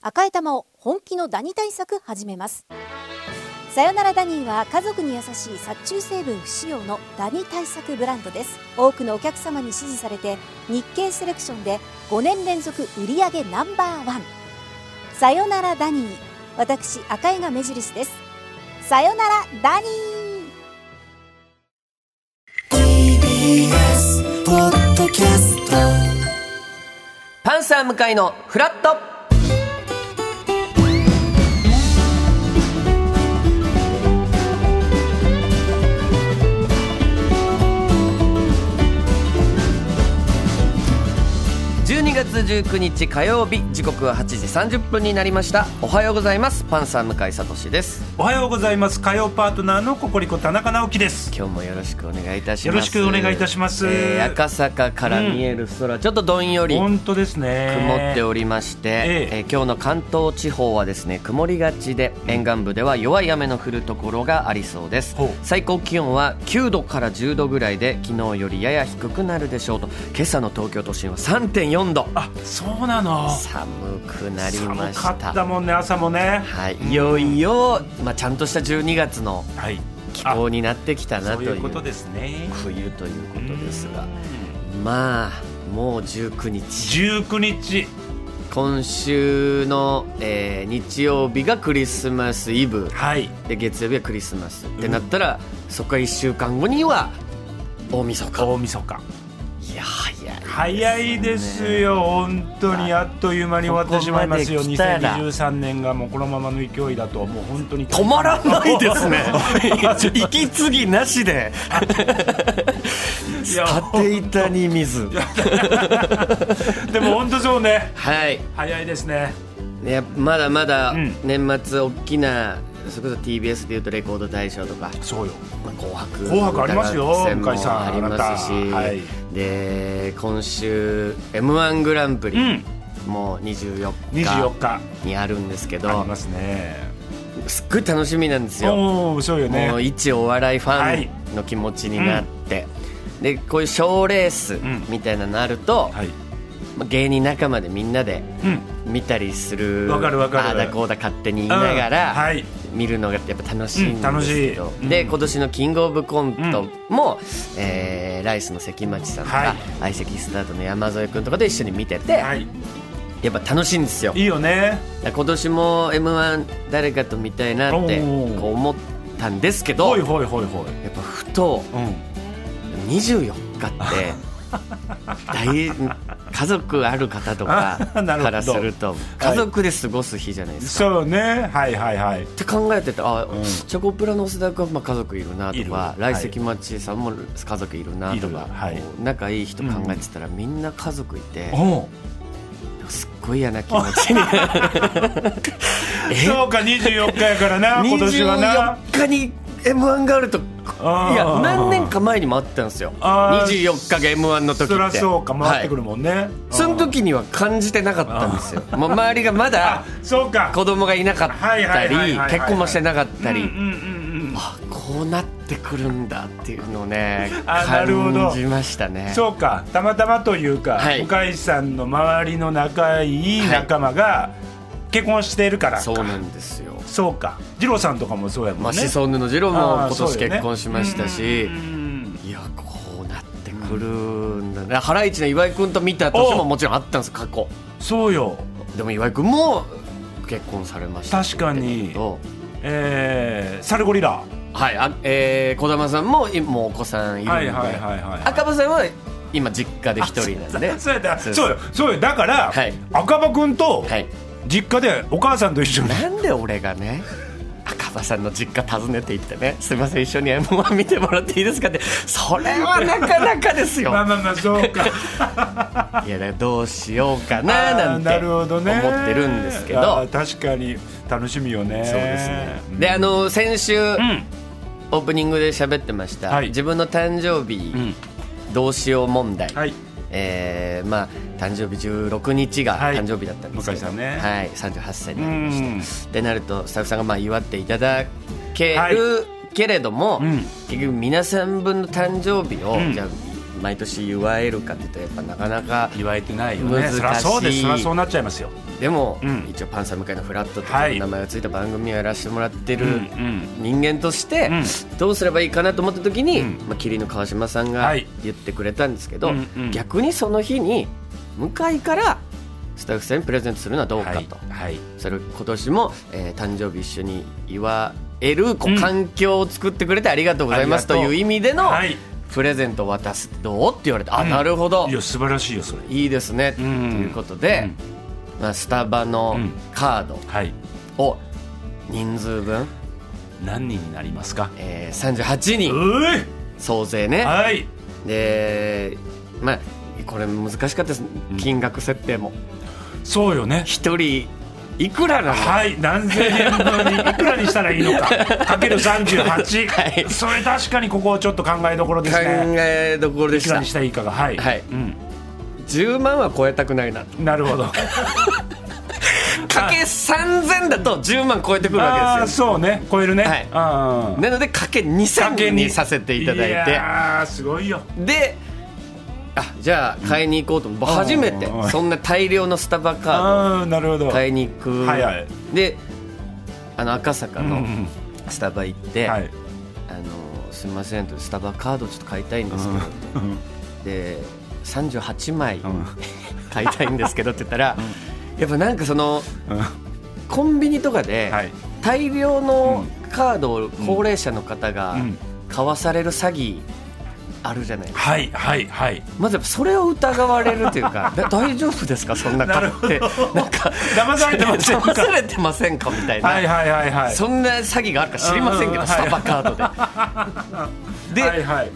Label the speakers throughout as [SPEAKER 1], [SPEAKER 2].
[SPEAKER 1] 赤い玉を本気のダニ対策始めますさよならダニーは家族に優しい殺虫成分不使用のダニ対策ブランドです多くのお客様に支持されて日経セレクションで5年連続売上ナンバーワンさよならダニー私赤井が目印ですさよならダニー
[SPEAKER 2] TBS ポッドキャスト
[SPEAKER 3] パンサー向かいのフラット12月19日火曜日時刻は8時30分になりましたおはようございますパンサー向井聡です
[SPEAKER 4] おはようございます火曜パートナーのココリコ田中直樹です
[SPEAKER 3] 今日もよろしくお願いいたします
[SPEAKER 4] よろしくお願いいたします
[SPEAKER 3] えー赤坂から見える空、ちょっとどんより
[SPEAKER 4] 本当ですね
[SPEAKER 3] 曇っておりまして、え
[SPEAKER 4] え
[SPEAKER 3] ー
[SPEAKER 4] え
[SPEAKER 3] 今日の関東地方はですね曇りがちで沿岸部では弱い雨の降るところがありそうです
[SPEAKER 4] ほう
[SPEAKER 3] 最高気温は9度から10度ぐらいで昨日よりやや低くなるでしょうと今朝の東京都心は3.4度
[SPEAKER 4] あそうなの
[SPEAKER 3] 寒くなりま
[SPEAKER 4] 寒
[SPEAKER 3] し
[SPEAKER 4] かったたもんね朝もね
[SPEAKER 3] はい、いよいよ、まあ、ちゃんとした12月の
[SPEAKER 4] はい
[SPEAKER 3] 気候になってきた
[SPEAKER 4] あ
[SPEAKER 3] な
[SPEAKER 4] そ
[SPEAKER 3] と
[SPEAKER 4] う
[SPEAKER 3] いう
[SPEAKER 4] いうことですね
[SPEAKER 3] 冬ということですがまあもう19日
[SPEAKER 4] 19日
[SPEAKER 3] 今週の、えー日曜日がクリスマスイブ
[SPEAKER 4] はい
[SPEAKER 3] で月曜日はクリスマスってなったら、そこから1週間後には大晦日
[SPEAKER 4] 大晦日
[SPEAKER 3] いや早い
[SPEAKER 4] 早いですよ本当にあっという間に終わってしまいますよ
[SPEAKER 3] ここまで来たら
[SPEAKER 4] 2023年がもうこのままの勢いだともう本当に
[SPEAKER 3] 止まらないですね 息継ぎなしで
[SPEAKER 4] いや
[SPEAKER 3] 縦板に水
[SPEAKER 4] でも本当そうね
[SPEAKER 3] はい
[SPEAKER 4] 早いですね
[SPEAKER 3] いやまだまだ
[SPEAKER 4] うん
[SPEAKER 3] 年末大きな、それこそ TBS でいうとレコード大賞とか
[SPEAKER 4] そうよ
[SPEAKER 3] まあ紅白
[SPEAKER 4] 紅白ありますよ
[SPEAKER 3] 歌合戦も
[SPEAKER 4] 向井さん
[SPEAKER 3] ありますし、
[SPEAKER 4] あなたはい
[SPEAKER 3] で今週 m 1グランプリ、
[SPEAKER 4] うん
[SPEAKER 3] もう24
[SPEAKER 4] 24
[SPEAKER 3] 日
[SPEAKER 4] 日
[SPEAKER 3] にあるんですけ
[SPEAKER 4] あ
[SPEAKER 3] ど
[SPEAKER 4] りますね
[SPEAKER 3] すっごい楽しみなんですよ、
[SPEAKER 4] おおそうよ
[SPEAKER 3] もう
[SPEAKER 4] ね
[SPEAKER 3] 一お笑いフ
[SPEAKER 4] は
[SPEAKER 3] ァ
[SPEAKER 4] い
[SPEAKER 3] ンの気持ちになって、でこういう賞ーレース
[SPEAKER 4] ん
[SPEAKER 3] みたいなのあると、
[SPEAKER 4] はい
[SPEAKER 3] まあ芸人仲間でみんなで
[SPEAKER 4] うん
[SPEAKER 3] 見たりする
[SPEAKER 4] わかるわかる
[SPEAKER 3] ああだこうだ勝手に言いながら、
[SPEAKER 4] うんはい
[SPEAKER 3] 見るのがやっぱ楽しいん
[SPEAKER 4] うん
[SPEAKER 3] で
[SPEAKER 4] 楽
[SPEAKER 3] す
[SPEAKER 4] し
[SPEAKER 3] け
[SPEAKER 4] い
[SPEAKER 3] ど、
[SPEAKER 4] うん
[SPEAKER 3] で今年の「キングオブコントも」えーライスの関町さんとか
[SPEAKER 4] はい
[SPEAKER 3] 相、席スタートの山添君とかと一緒に見てて、
[SPEAKER 4] はい
[SPEAKER 3] やっぱ楽しいんですよ
[SPEAKER 4] いいよね
[SPEAKER 3] 今年も m 1誰かと見たいなって
[SPEAKER 4] おー
[SPEAKER 3] こう思ったんですけど
[SPEAKER 4] ほい
[SPEAKER 3] や
[SPEAKER 4] ほいほいほい
[SPEAKER 3] っぱふと
[SPEAKER 4] うん
[SPEAKER 3] 24日って 大家族ある方とか
[SPEAKER 4] あ なるほ
[SPEAKER 3] か
[SPEAKER 4] ど
[SPEAKER 3] らすると家族で過ごす日じゃないですか。
[SPEAKER 4] そうねはいはいはい
[SPEAKER 3] って考えてたあ、
[SPEAKER 4] ん
[SPEAKER 3] チョコプラの須田君はまあ家族いるなと
[SPEAKER 4] いる
[SPEAKER 3] か
[SPEAKER 4] は
[SPEAKER 3] 来
[SPEAKER 4] い
[SPEAKER 3] 関町さんも家族いるなと
[SPEAKER 4] いる
[SPEAKER 3] か、
[SPEAKER 4] はい
[SPEAKER 3] こう仲いい人考えてたら、みんな家族いて
[SPEAKER 4] おう
[SPEAKER 3] すっごい嫌な気持ちに
[SPEAKER 4] そうか24日やか らな今年はな
[SPEAKER 3] 24日に m 1があるとい
[SPEAKER 4] あー
[SPEAKER 3] や何年か前にもあったんですよ
[SPEAKER 4] あー
[SPEAKER 3] 24日が m 1の時って
[SPEAKER 4] そりゃそうか回ってくる
[SPEAKER 3] はい
[SPEAKER 4] もんね
[SPEAKER 3] その時には感じてなかったんですよもう周りがまだ
[SPEAKER 4] うんそうか
[SPEAKER 3] 子供がいなかった
[SPEAKER 4] はいはいはいはい
[SPEAKER 3] り
[SPEAKER 4] はい
[SPEAKER 3] 結婚もしてなかったり、
[SPEAKER 4] うんうんうん
[SPEAKER 3] あこうなってくるんだっていうのをね
[SPEAKER 4] あなるほど
[SPEAKER 3] 感じました
[SPEAKER 4] う
[SPEAKER 3] ね
[SPEAKER 4] んそうかたまたまというか
[SPEAKER 3] はい
[SPEAKER 4] 向井さんの周りの仲いい仲間が結婚しているから
[SPEAKER 3] そう
[SPEAKER 4] か
[SPEAKER 3] なんですよ、
[SPEAKER 4] そうか二郎さんとかもそうや
[SPEAKER 3] ま
[SPEAKER 4] も
[SPEAKER 3] あ
[SPEAKER 4] ん
[SPEAKER 3] シ
[SPEAKER 4] ね
[SPEAKER 3] ソンヌの次郎も
[SPEAKER 4] あー
[SPEAKER 3] 今年
[SPEAKER 4] そうよね
[SPEAKER 3] 結婚しましたし、いやこうなってくるんだねハライチの岩井君と見た年ももちろんあったんです過去
[SPEAKER 4] そうよ
[SPEAKER 3] でも岩井君も結婚されました
[SPEAKER 4] 確かに
[SPEAKER 3] けど
[SPEAKER 4] えー、サルゴリラ
[SPEAKER 3] はいあ、えー、児玉さんも今もうお子さんいるんで、
[SPEAKER 4] はいはいはいはい
[SPEAKER 3] 赤羽さんは今実家で一人なんで
[SPEAKER 4] そうやった
[SPEAKER 3] そう
[SPEAKER 4] そうよそうよだから、
[SPEAKER 3] はい
[SPEAKER 4] 赤羽君と
[SPEAKER 3] はい
[SPEAKER 4] 実家でお母さんと一緒に
[SPEAKER 3] なんで俺がね赤羽さんの実家訪ねて行ってねすいません一緒に m 1見てもらっていいですかってそれはなかなかですよ
[SPEAKER 4] まあまあまあそうか
[SPEAKER 3] いやだからどうしようかななんて
[SPEAKER 4] なる
[SPEAKER 3] 思
[SPEAKER 4] ほどね
[SPEAKER 3] ってるんですけど
[SPEAKER 4] あー確かに楽しみよね
[SPEAKER 3] そうですねであの先週、オープニングで喋ってました、
[SPEAKER 4] はい
[SPEAKER 3] 自分の誕生日、
[SPEAKER 4] ん
[SPEAKER 3] どうしよう問題、
[SPEAKER 4] はい
[SPEAKER 3] えーまあ、誕生日16日が
[SPEAKER 4] はい
[SPEAKER 3] 誕生日だったんですけど、
[SPEAKER 4] 向井さんね
[SPEAKER 3] はい、38歳に
[SPEAKER 4] う
[SPEAKER 3] なりました
[SPEAKER 4] ん
[SPEAKER 3] ってなるとスタッフさんがまあ祝っていただける、
[SPEAKER 4] はい
[SPEAKER 3] けれども、
[SPEAKER 4] ん
[SPEAKER 3] 結局皆さん分の誕生日を、
[SPEAKER 4] うん
[SPEAKER 3] じゃあ毎年祝えるかって言ったらやっぱなかなか
[SPEAKER 4] 祝えてないよ
[SPEAKER 3] 難
[SPEAKER 4] ね
[SPEAKER 3] しい
[SPEAKER 4] そりゃそうですそりゃそうなっちゃいますよ
[SPEAKER 3] でも、
[SPEAKER 4] うん
[SPEAKER 3] 一応パンサー向かいのフラットって
[SPEAKER 4] はい
[SPEAKER 3] いう名前がついた番組をやらせてもらってる、
[SPEAKER 4] うん
[SPEAKER 3] 人間として
[SPEAKER 4] う
[SPEAKER 3] どうすればいいかなと思った時に、
[SPEAKER 4] うん
[SPEAKER 3] まあ、キリの川島さん
[SPEAKER 4] は
[SPEAKER 3] が
[SPEAKER 4] い
[SPEAKER 3] 言ってくれたんですけど、
[SPEAKER 4] うんうん
[SPEAKER 3] 逆にその日に向井からスタッフさんにプレゼントするのはどうかと、
[SPEAKER 4] はい
[SPEAKER 3] それ今年も、えー誕生日一緒に祝えるこう
[SPEAKER 4] うん
[SPEAKER 3] 環境を作ってくれてありがとうございます
[SPEAKER 4] あ
[SPEAKER 3] と
[SPEAKER 4] りがとう
[SPEAKER 3] いう意味での
[SPEAKER 4] はい
[SPEAKER 3] プレゼントを渡すどうって言われて、あ
[SPEAKER 4] うん
[SPEAKER 3] なるほど
[SPEAKER 4] いや素晴らしいよそれ
[SPEAKER 3] いいですねと
[SPEAKER 4] うん
[SPEAKER 3] いうことで、まあ、スタバの
[SPEAKER 4] うん
[SPEAKER 3] カード
[SPEAKER 4] はい
[SPEAKER 3] を人数分、
[SPEAKER 4] 何人になりますか
[SPEAKER 3] えー38
[SPEAKER 4] う
[SPEAKER 3] 人
[SPEAKER 4] ー
[SPEAKER 3] 総勢ね
[SPEAKER 4] い。はい
[SPEAKER 3] でまあこれ難しかったです金額設定も
[SPEAKER 4] そうよね
[SPEAKER 3] 一人いくらなの
[SPEAKER 4] はい何千円分にいくらにしたらいいのか かける38、
[SPEAKER 3] はい
[SPEAKER 4] それ確かにここはちょっと考えどころで
[SPEAKER 3] 考
[SPEAKER 4] すね
[SPEAKER 3] えどころで
[SPEAKER 4] い
[SPEAKER 3] し
[SPEAKER 4] くら
[SPEAKER 3] た
[SPEAKER 4] にしたらいいかがはい、
[SPEAKER 3] はい
[SPEAKER 4] うん、
[SPEAKER 3] 10万は超えたくないなと
[SPEAKER 4] なるほど
[SPEAKER 3] かけ3000だと10万超えてくるわ
[SPEAKER 4] あ
[SPEAKER 3] け
[SPEAKER 4] あ
[SPEAKER 3] です
[SPEAKER 4] そうね超えるね、
[SPEAKER 3] はい
[SPEAKER 4] あ
[SPEAKER 3] よなのでかけ2000にさせていただ
[SPEAKER 4] い
[SPEAKER 3] い
[SPEAKER 4] やーすごいよ
[SPEAKER 3] てであじゃあ買いに行こうと思って初めて
[SPEAKER 4] うん
[SPEAKER 3] そんな大量のスタバカードを
[SPEAKER 4] ああなるほど
[SPEAKER 3] 買いに行く、
[SPEAKER 4] はいはい
[SPEAKER 3] であの赤坂
[SPEAKER 4] うんう
[SPEAKER 3] の
[SPEAKER 4] ん
[SPEAKER 3] スタバ行って、
[SPEAKER 4] はい
[SPEAKER 3] あのすみませんとスタバカードちょっと買いたいんですけど、で38枚
[SPEAKER 4] うん
[SPEAKER 3] 買いたいんですけどって言ったら、やっぱなんかそのコンビニとかで
[SPEAKER 4] はい
[SPEAKER 3] 大量のカードを高齢者の方が
[SPEAKER 4] うん
[SPEAKER 3] 買わされる詐欺あるじゃないですか
[SPEAKER 4] はいはいはい
[SPEAKER 3] まずやっぱそれを疑われるという かだ大丈夫ですかそんな買ってなんか
[SPEAKER 4] 騙されてません
[SPEAKER 3] 騙
[SPEAKER 4] か
[SPEAKER 3] されてませんかみたいな、
[SPEAKER 4] はいはいはいはい
[SPEAKER 3] そんな詐欺があるか知りませんけ
[SPEAKER 4] うんう
[SPEAKER 3] ど、
[SPEAKER 4] ん
[SPEAKER 3] スタバカードで。で、
[SPEAKER 4] はいはい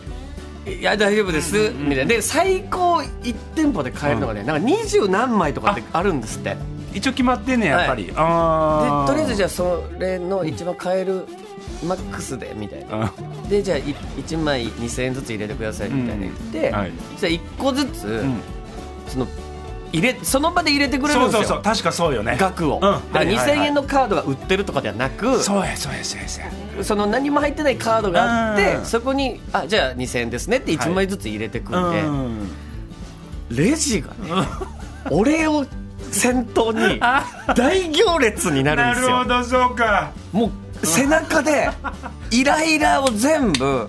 [SPEAKER 3] いや大丈夫ですみたいなで最高1店舗で買えるのがねなんか二十何枚とかってあるんですってで
[SPEAKER 4] 一応決まってんねやっぱり、あ
[SPEAKER 3] とりあえずじゃ
[SPEAKER 4] ゃ
[SPEAKER 3] あそれの一番買えるマックスでみたいな
[SPEAKER 4] あ
[SPEAKER 3] でじゃあ1枚2000円ずつ入れてくださいみたいな言って、
[SPEAKER 4] うんはい
[SPEAKER 3] じゃあ1個ずつ、
[SPEAKER 4] ん
[SPEAKER 3] その入れその場で入れてくれるん
[SPEAKER 4] そ
[SPEAKER 3] で
[SPEAKER 4] う
[SPEAKER 3] すよ
[SPEAKER 4] そうそう確かそうよね
[SPEAKER 3] 額を、
[SPEAKER 4] ん
[SPEAKER 3] だから
[SPEAKER 4] はいはいはい
[SPEAKER 3] 2000円のカードが売ってるとかではなく
[SPEAKER 4] そうやそうやそうやそうや
[SPEAKER 3] その何も入ってないカードがあって、
[SPEAKER 4] うん
[SPEAKER 3] そこにあじゃあ2000円ですねって1枚ずつ入れてくんで、
[SPEAKER 4] うん
[SPEAKER 3] レジがね俺を先頭に大行列になるんで
[SPEAKER 4] な
[SPEAKER 3] す
[SPEAKER 4] る
[SPEAKER 3] よ
[SPEAKER 4] ほどそうか
[SPEAKER 3] もう背中でイライラを全部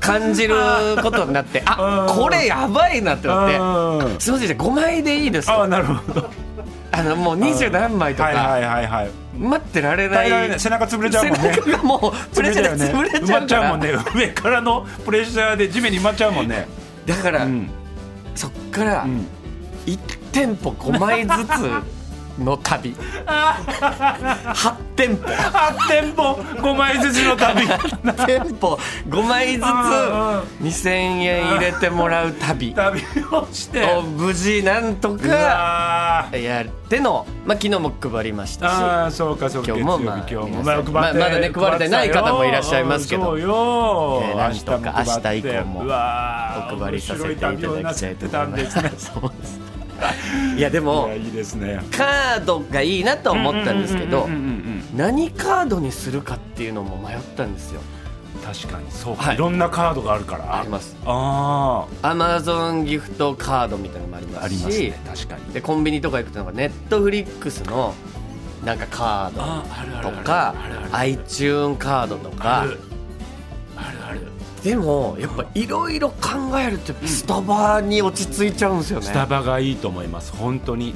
[SPEAKER 3] 感じることになってあ
[SPEAKER 4] うん
[SPEAKER 3] これやばいなってなって
[SPEAKER 4] あ
[SPEAKER 3] すいませんじゃあ5枚でいいですと
[SPEAKER 4] あなるほど
[SPEAKER 3] あのもう二十何枚と
[SPEAKER 4] はいは
[SPEAKER 3] か
[SPEAKER 4] いはいはい
[SPEAKER 3] 待ってられな
[SPEAKER 4] 耐えられないい背中潰れちゃうもん
[SPEAKER 3] 背
[SPEAKER 4] ね
[SPEAKER 3] 中がもうプレッシャーで潰れ
[SPEAKER 4] 埋
[SPEAKER 3] ちゃ
[SPEAKER 4] ま
[SPEAKER 3] う
[SPEAKER 4] っちゃ
[SPEAKER 3] か
[SPEAKER 4] うもんね
[SPEAKER 3] ら
[SPEAKER 4] 上からのプレッシャーで地面に埋まっちゃうも んね
[SPEAKER 3] だか
[SPEAKER 4] う
[SPEAKER 3] ら
[SPEAKER 4] ん
[SPEAKER 3] そっから
[SPEAKER 4] うん
[SPEAKER 3] 1店舗5枚ずつの旅 8店舗
[SPEAKER 4] 8店舗5枚ずつの旅
[SPEAKER 3] 店舗5枚ずつ2000円入れてもらう 旅
[SPEAKER 4] 旅をして
[SPEAKER 3] を無事なんと
[SPEAKER 4] う
[SPEAKER 3] か
[SPEAKER 4] わー
[SPEAKER 3] やっての、まあ、昨日も配りましたし
[SPEAKER 4] あーそうかそうか
[SPEAKER 3] 今日も
[SPEAKER 4] 月曜日
[SPEAKER 3] まあ皆
[SPEAKER 4] 今日も
[SPEAKER 3] さんまあまだね配れてない方もいらっしゃいますけど
[SPEAKER 4] そうよ、
[SPEAKER 3] えーなんとか
[SPEAKER 4] 明日も配って
[SPEAKER 3] 明日以降も
[SPEAKER 4] うわー
[SPEAKER 3] お配りさせていただきたいと思いま
[SPEAKER 4] 面白旅をなさってたんです
[SPEAKER 3] す。そうですいやでも
[SPEAKER 4] ねいやいいですね
[SPEAKER 3] カードがいいなと思ったんですけど
[SPEAKER 4] うんうんうんうん
[SPEAKER 3] 何カードにするかっていうのも迷ったんですよ。
[SPEAKER 4] うん確かにそうか、
[SPEAKER 3] はい
[SPEAKER 4] い、ろんなカードがあるから
[SPEAKER 3] あります。
[SPEAKER 4] あ
[SPEAKER 3] アマゾンギフトカードみたいなのもあり
[SPEAKER 4] ー
[SPEAKER 3] ま
[SPEAKER 4] あり
[SPEAKER 3] す
[SPEAKER 4] ます
[SPEAKER 3] し、
[SPEAKER 4] ね確かに
[SPEAKER 3] でコンビニとか行くとなんかネットフリックスのなんかカード
[SPEAKER 4] あーある
[SPEAKER 3] と
[SPEAKER 4] ある
[SPEAKER 3] か
[SPEAKER 4] あるある
[SPEAKER 3] iTune カードと
[SPEAKER 4] あ
[SPEAKER 3] か
[SPEAKER 4] るあるある
[SPEAKER 3] でもやっぱいろいろ考えるとスタバに落ち着いちゃうんですよね
[SPEAKER 4] スタバがいいと思います本当に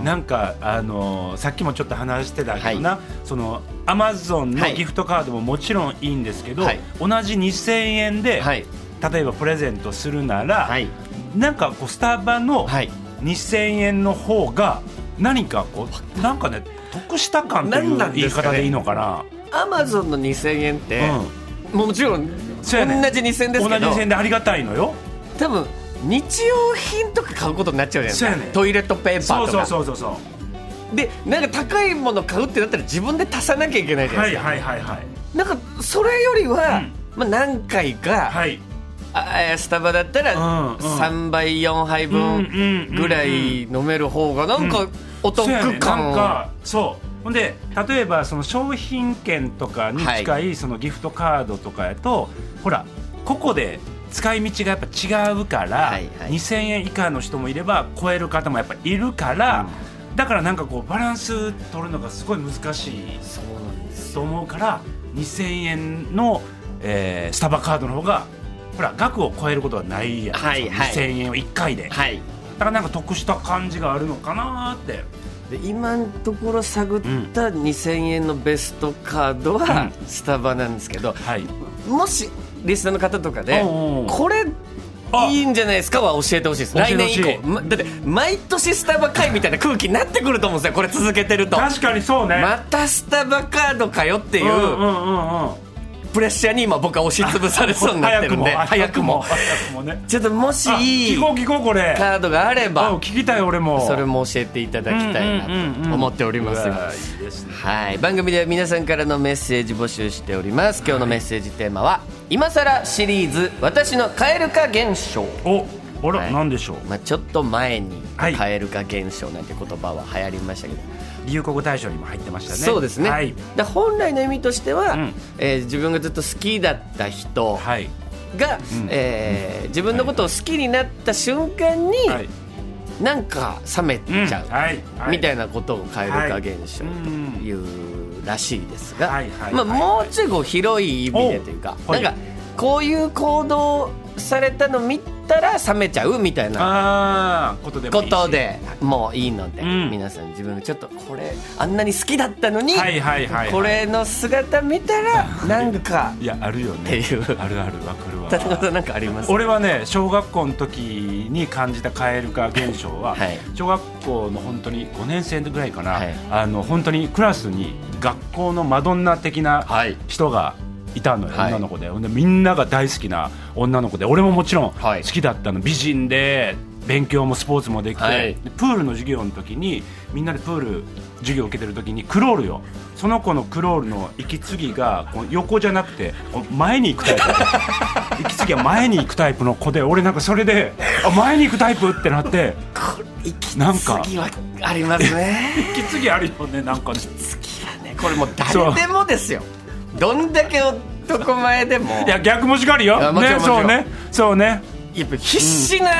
[SPEAKER 3] うん
[SPEAKER 4] なんかあのーさっきもちょっと話してたけどな、そのアマゾン
[SPEAKER 3] は
[SPEAKER 4] の
[SPEAKER 3] い
[SPEAKER 4] ギフトカードももちろんいいんですけど、
[SPEAKER 3] はい
[SPEAKER 4] 同じ2000円で、
[SPEAKER 3] はい
[SPEAKER 4] 例えばプレゼントするなら、
[SPEAKER 3] はい
[SPEAKER 4] なんかこうスタバの
[SPEAKER 3] はい
[SPEAKER 4] 2000円の方が何かこうなんかね得した感とい
[SPEAKER 3] 何な
[SPEAKER 4] うん言
[SPEAKER 3] で
[SPEAKER 4] い
[SPEAKER 3] すかね
[SPEAKER 4] 方でいいのかな。
[SPEAKER 3] アマゾンの2000円って
[SPEAKER 4] う
[SPEAKER 3] もちろん
[SPEAKER 4] そうやね
[SPEAKER 3] 同じ2000円です
[SPEAKER 4] ん、同
[SPEAKER 3] け
[SPEAKER 4] じ
[SPEAKER 3] ど
[SPEAKER 4] 線でありがたいのよ。
[SPEAKER 3] 多分日用品とか買うことになっちゃうじ
[SPEAKER 4] そ
[SPEAKER 3] ゃ
[SPEAKER 4] う
[SPEAKER 3] な
[SPEAKER 4] や
[SPEAKER 3] いです
[SPEAKER 4] ね
[SPEAKER 3] かトイレットペーパ
[SPEAKER 4] そ
[SPEAKER 3] ー
[SPEAKER 4] う
[SPEAKER 3] と
[SPEAKER 4] そう
[SPEAKER 3] か
[SPEAKER 4] そうそうそ
[SPEAKER 3] でなんか高いもの買うってなったら自分で足さなきゃいけないじ
[SPEAKER 4] う。
[SPEAKER 3] ゃな
[SPEAKER 4] はいい
[SPEAKER 3] ですか
[SPEAKER 4] はいはいはい。
[SPEAKER 3] なんかそれよりは、
[SPEAKER 4] うん
[SPEAKER 3] まあ、何回か、
[SPEAKER 4] はい。
[SPEAKER 3] あえースタバだったら
[SPEAKER 4] うんうん
[SPEAKER 3] 3杯4杯分ぐらい飲める方がなんかお得
[SPEAKER 4] そうやね
[SPEAKER 3] 感
[SPEAKER 4] なん
[SPEAKER 3] を
[SPEAKER 4] かそうほんで例えばその商品券とかに近
[SPEAKER 3] はい
[SPEAKER 4] そのギフトカードとかやと、ほら個々で使い道がやっぱ違うから、
[SPEAKER 3] はいはい
[SPEAKER 4] 2000円以下の人もいれば超える方もやっぱいるから、だからなんかこうバランス取るのがすごい難しい
[SPEAKER 3] そうなんです
[SPEAKER 4] と思うから2000円の、えースタバカードの方がほら額を超えることはないやん、
[SPEAKER 3] はいはい
[SPEAKER 4] 2000円を1回で、だ
[SPEAKER 3] はい
[SPEAKER 4] からなんか得した感じがあるのかなーって
[SPEAKER 3] で今のところ探った2000円のベストカードはスタバなんですけど、
[SPEAKER 4] はい
[SPEAKER 3] もしリスナーの方とかで
[SPEAKER 4] おうおう
[SPEAKER 3] これ
[SPEAKER 4] あ
[SPEAKER 3] いいんじゃないですかは教えてほしいです
[SPEAKER 4] 教
[SPEAKER 3] 来
[SPEAKER 4] えてほ
[SPEAKER 3] 年
[SPEAKER 4] しい
[SPEAKER 3] 以降、まだって毎年スタバ会みたいな空気になってくると思うんですよこれ続けてると
[SPEAKER 4] 確かにそうね、
[SPEAKER 3] またスタバカードかよってい
[SPEAKER 4] うんうんう
[SPEAKER 3] うん
[SPEAKER 4] うん
[SPEAKER 3] プレッシャーに今僕は押しつぶされそうになってるんで
[SPEAKER 4] 早
[SPEAKER 3] 早
[SPEAKER 4] く
[SPEAKER 3] く
[SPEAKER 4] も
[SPEAKER 3] も
[SPEAKER 4] 早くもね
[SPEAKER 3] ちょっともし
[SPEAKER 4] あ
[SPEAKER 3] い
[SPEAKER 4] 聞
[SPEAKER 3] い
[SPEAKER 4] こう聞こうこれ
[SPEAKER 3] カードがあれ
[SPEAKER 4] あ
[SPEAKER 3] ば
[SPEAKER 4] 聞きたい俺も
[SPEAKER 3] それも教えていただきたいなと思っておりますが
[SPEAKER 4] うわーいいですね
[SPEAKER 3] はい、番組では皆さんからのメッセージ募集しております今日のメッセージテーマは「今さらシリーズ私の蛙化現象
[SPEAKER 4] おあら、
[SPEAKER 3] はい
[SPEAKER 4] なんでしょう」
[SPEAKER 3] まあ、ちょっと前に
[SPEAKER 4] はい
[SPEAKER 3] 蛙化現象なんて言葉は流行りましたけど、
[SPEAKER 4] 流行語大賞にも入ってましたね
[SPEAKER 3] そうですね、
[SPEAKER 4] はい、
[SPEAKER 3] で本来の意味としては、
[SPEAKER 4] うん
[SPEAKER 3] えー自分がずっと好きだった人が、
[SPEAKER 4] はい
[SPEAKER 3] えー自分のことを好きになった瞬間に、
[SPEAKER 4] はい
[SPEAKER 3] なんか冷めちゃう、
[SPEAKER 4] うんはいはい
[SPEAKER 3] みたいなことを蛙化現象というらしいですが、
[SPEAKER 4] はいはい
[SPEAKER 3] まあ、
[SPEAKER 4] はい
[SPEAKER 3] もうちょいこう広い意味でというか、
[SPEAKER 4] おはい
[SPEAKER 3] なんかこういう行動されたの見たら冷めちゃうみたいな
[SPEAKER 4] あーことでも
[SPEAKER 3] こ
[SPEAKER 4] いいし
[SPEAKER 3] とでもういいので、
[SPEAKER 4] うん
[SPEAKER 3] 皆さん自分がちょっとこれあんなに好きだったのに、
[SPEAKER 4] はいはいはいはい
[SPEAKER 3] これの姿見た らなんか
[SPEAKER 4] いやあるよ
[SPEAKER 3] って
[SPEAKER 4] ね
[SPEAKER 3] いう
[SPEAKER 4] あるあるわか るわ
[SPEAKER 3] 田中さんなんかあります
[SPEAKER 4] 俺はね小学校の時に感じた蛙化現象は、
[SPEAKER 3] はい
[SPEAKER 4] 小学校の本当に5年生ぐらいかな、
[SPEAKER 3] はい
[SPEAKER 4] あの本当にクラスに学校のマドンナ的な
[SPEAKER 3] はい
[SPEAKER 4] 人がいたのよ、
[SPEAKER 3] はい
[SPEAKER 4] 女の子でほんでみんなが大好きな女の子で俺ももちろん
[SPEAKER 3] は
[SPEAKER 4] 好
[SPEAKER 3] い
[SPEAKER 4] きだったの、美人で勉強もスポーツもできて、
[SPEAKER 3] はい
[SPEAKER 4] でプールの授業の時にみんなでプール授業を受けてる時にクロールよその子のクロールの息継ぎがこう横じゃなくてこう前に行くタイプ 息継ぎは前に行くタイプの子で俺なんかそれであ前に行くタイプってなって
[SPEAKER 3] これ息継ぎ
[SPEAKER 4] なんか
[SPEAKER 3] はありますね
[SPEAKER 4] 息継ぎあるよねなんか
[SPEAKER 3] 好
[SPEAKER 4] ね
[SPEAKER 3] きだねこれもう誰でもですよどんだけ男前でも
[SPEAKER 4] いや
[SPEAKER 3] や
[SPEAKER 4] 逆もしかりよ
[SPEAKER 3] いやもちろん
[SPEAKER 4] ねそ
[SPEAKER 3] もちろ
[SPEAKER 4] う
[SPEAKER 3] ん
[SPEAKER 4] ねそうね
[SPEAKER 3] っぱ必死な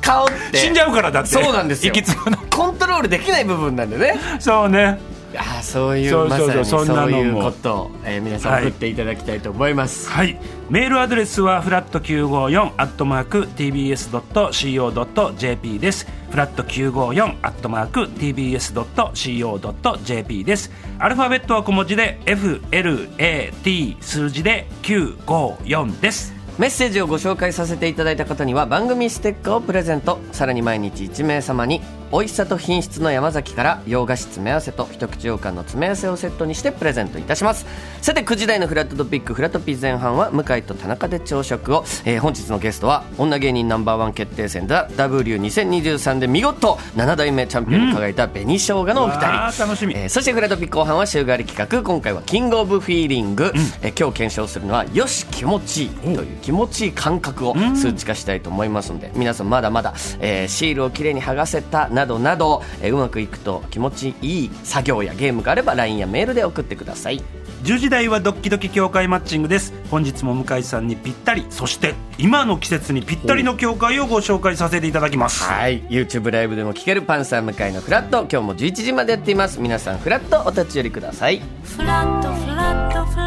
[SPEAKER 3] 顔って
[SPEAKER 4] 死んじゃうからだって
[SPEAKER 3] そうなんですよ
[SPEAKER 4] 息継ぎの
[SPEAKER 3] コントロールできない部分なんでね
[SPEAKER 4] そうね
[SPEAKER 3] ああそういう
[SPEAKER 4] そう
[SPEAKER 3] ま
[SPEAKER 4] そ
[SPEAKER 3] さ
[SPEAKER 4] うそう
[SPEAKER 3] に
[SPEAKER 4] そんなの
[SPEAKER 3] そう
[SPEAKER 4] も
[SPEAKER 3] いうことを、えー皆さ
[SPEAKER 4] は
[SPEAKER 3] ん
[SPEAKER 4] い
[SPEAKER 3] 送っていただきたいと思います、
[SPEAKER 4] はい、メールアドレスはフラット九五四アットマーク tbs ドット co ドット jp です。フラット九五四アットマーク tbs ドット co ドット jp です。アルファベットは小文字で f l a t 数字で九五四です。
[SPEAKER 3] メッセージをご紹介させていただいた方には番組ステッカーをプレゼントさらに毎日1名様に美味しさと品質の山崎から洋菓子詰め合わせと一口羊羹の詰め合わせをセットにしてプレゼントいたしますさて9時台のフラットトピックフラトピー前半は向井と田中で朝食を、えー本日のゲストは女芸人ナンバーワン決定戦 THEW2023 で見事7代目チャンピオンに輝いた紅生姜のお二人、
[SPEAKER 4] うんうわー楽しみ
[SPEAKER 3] えーそしてフラトピ後半は週替わり企画今回はキングオブフィーリング、えー今日検証するのはよし気持ちいいという気持ちいい感覚を数値化したいと思いますので、皆さんまだまだ、えーシールをきれいに剥がせたなどなど、えーうまくいくと気持ちいい作業やゲームがあれば LINE やメールで送ってください
[SPEAKER 4] 10時台はドッキドキ協会マッチングです本日も向井さんにぴったりそして今の季節にぴったりの協会をご紹介させていただきます
[SPEAKER 3] はい YouTube ライブでも聴けるパンサー向井のフラット今日も11時までやっています皆さんフラットお立ち寄りください
[SPEAKER 2] フラットフラットフラ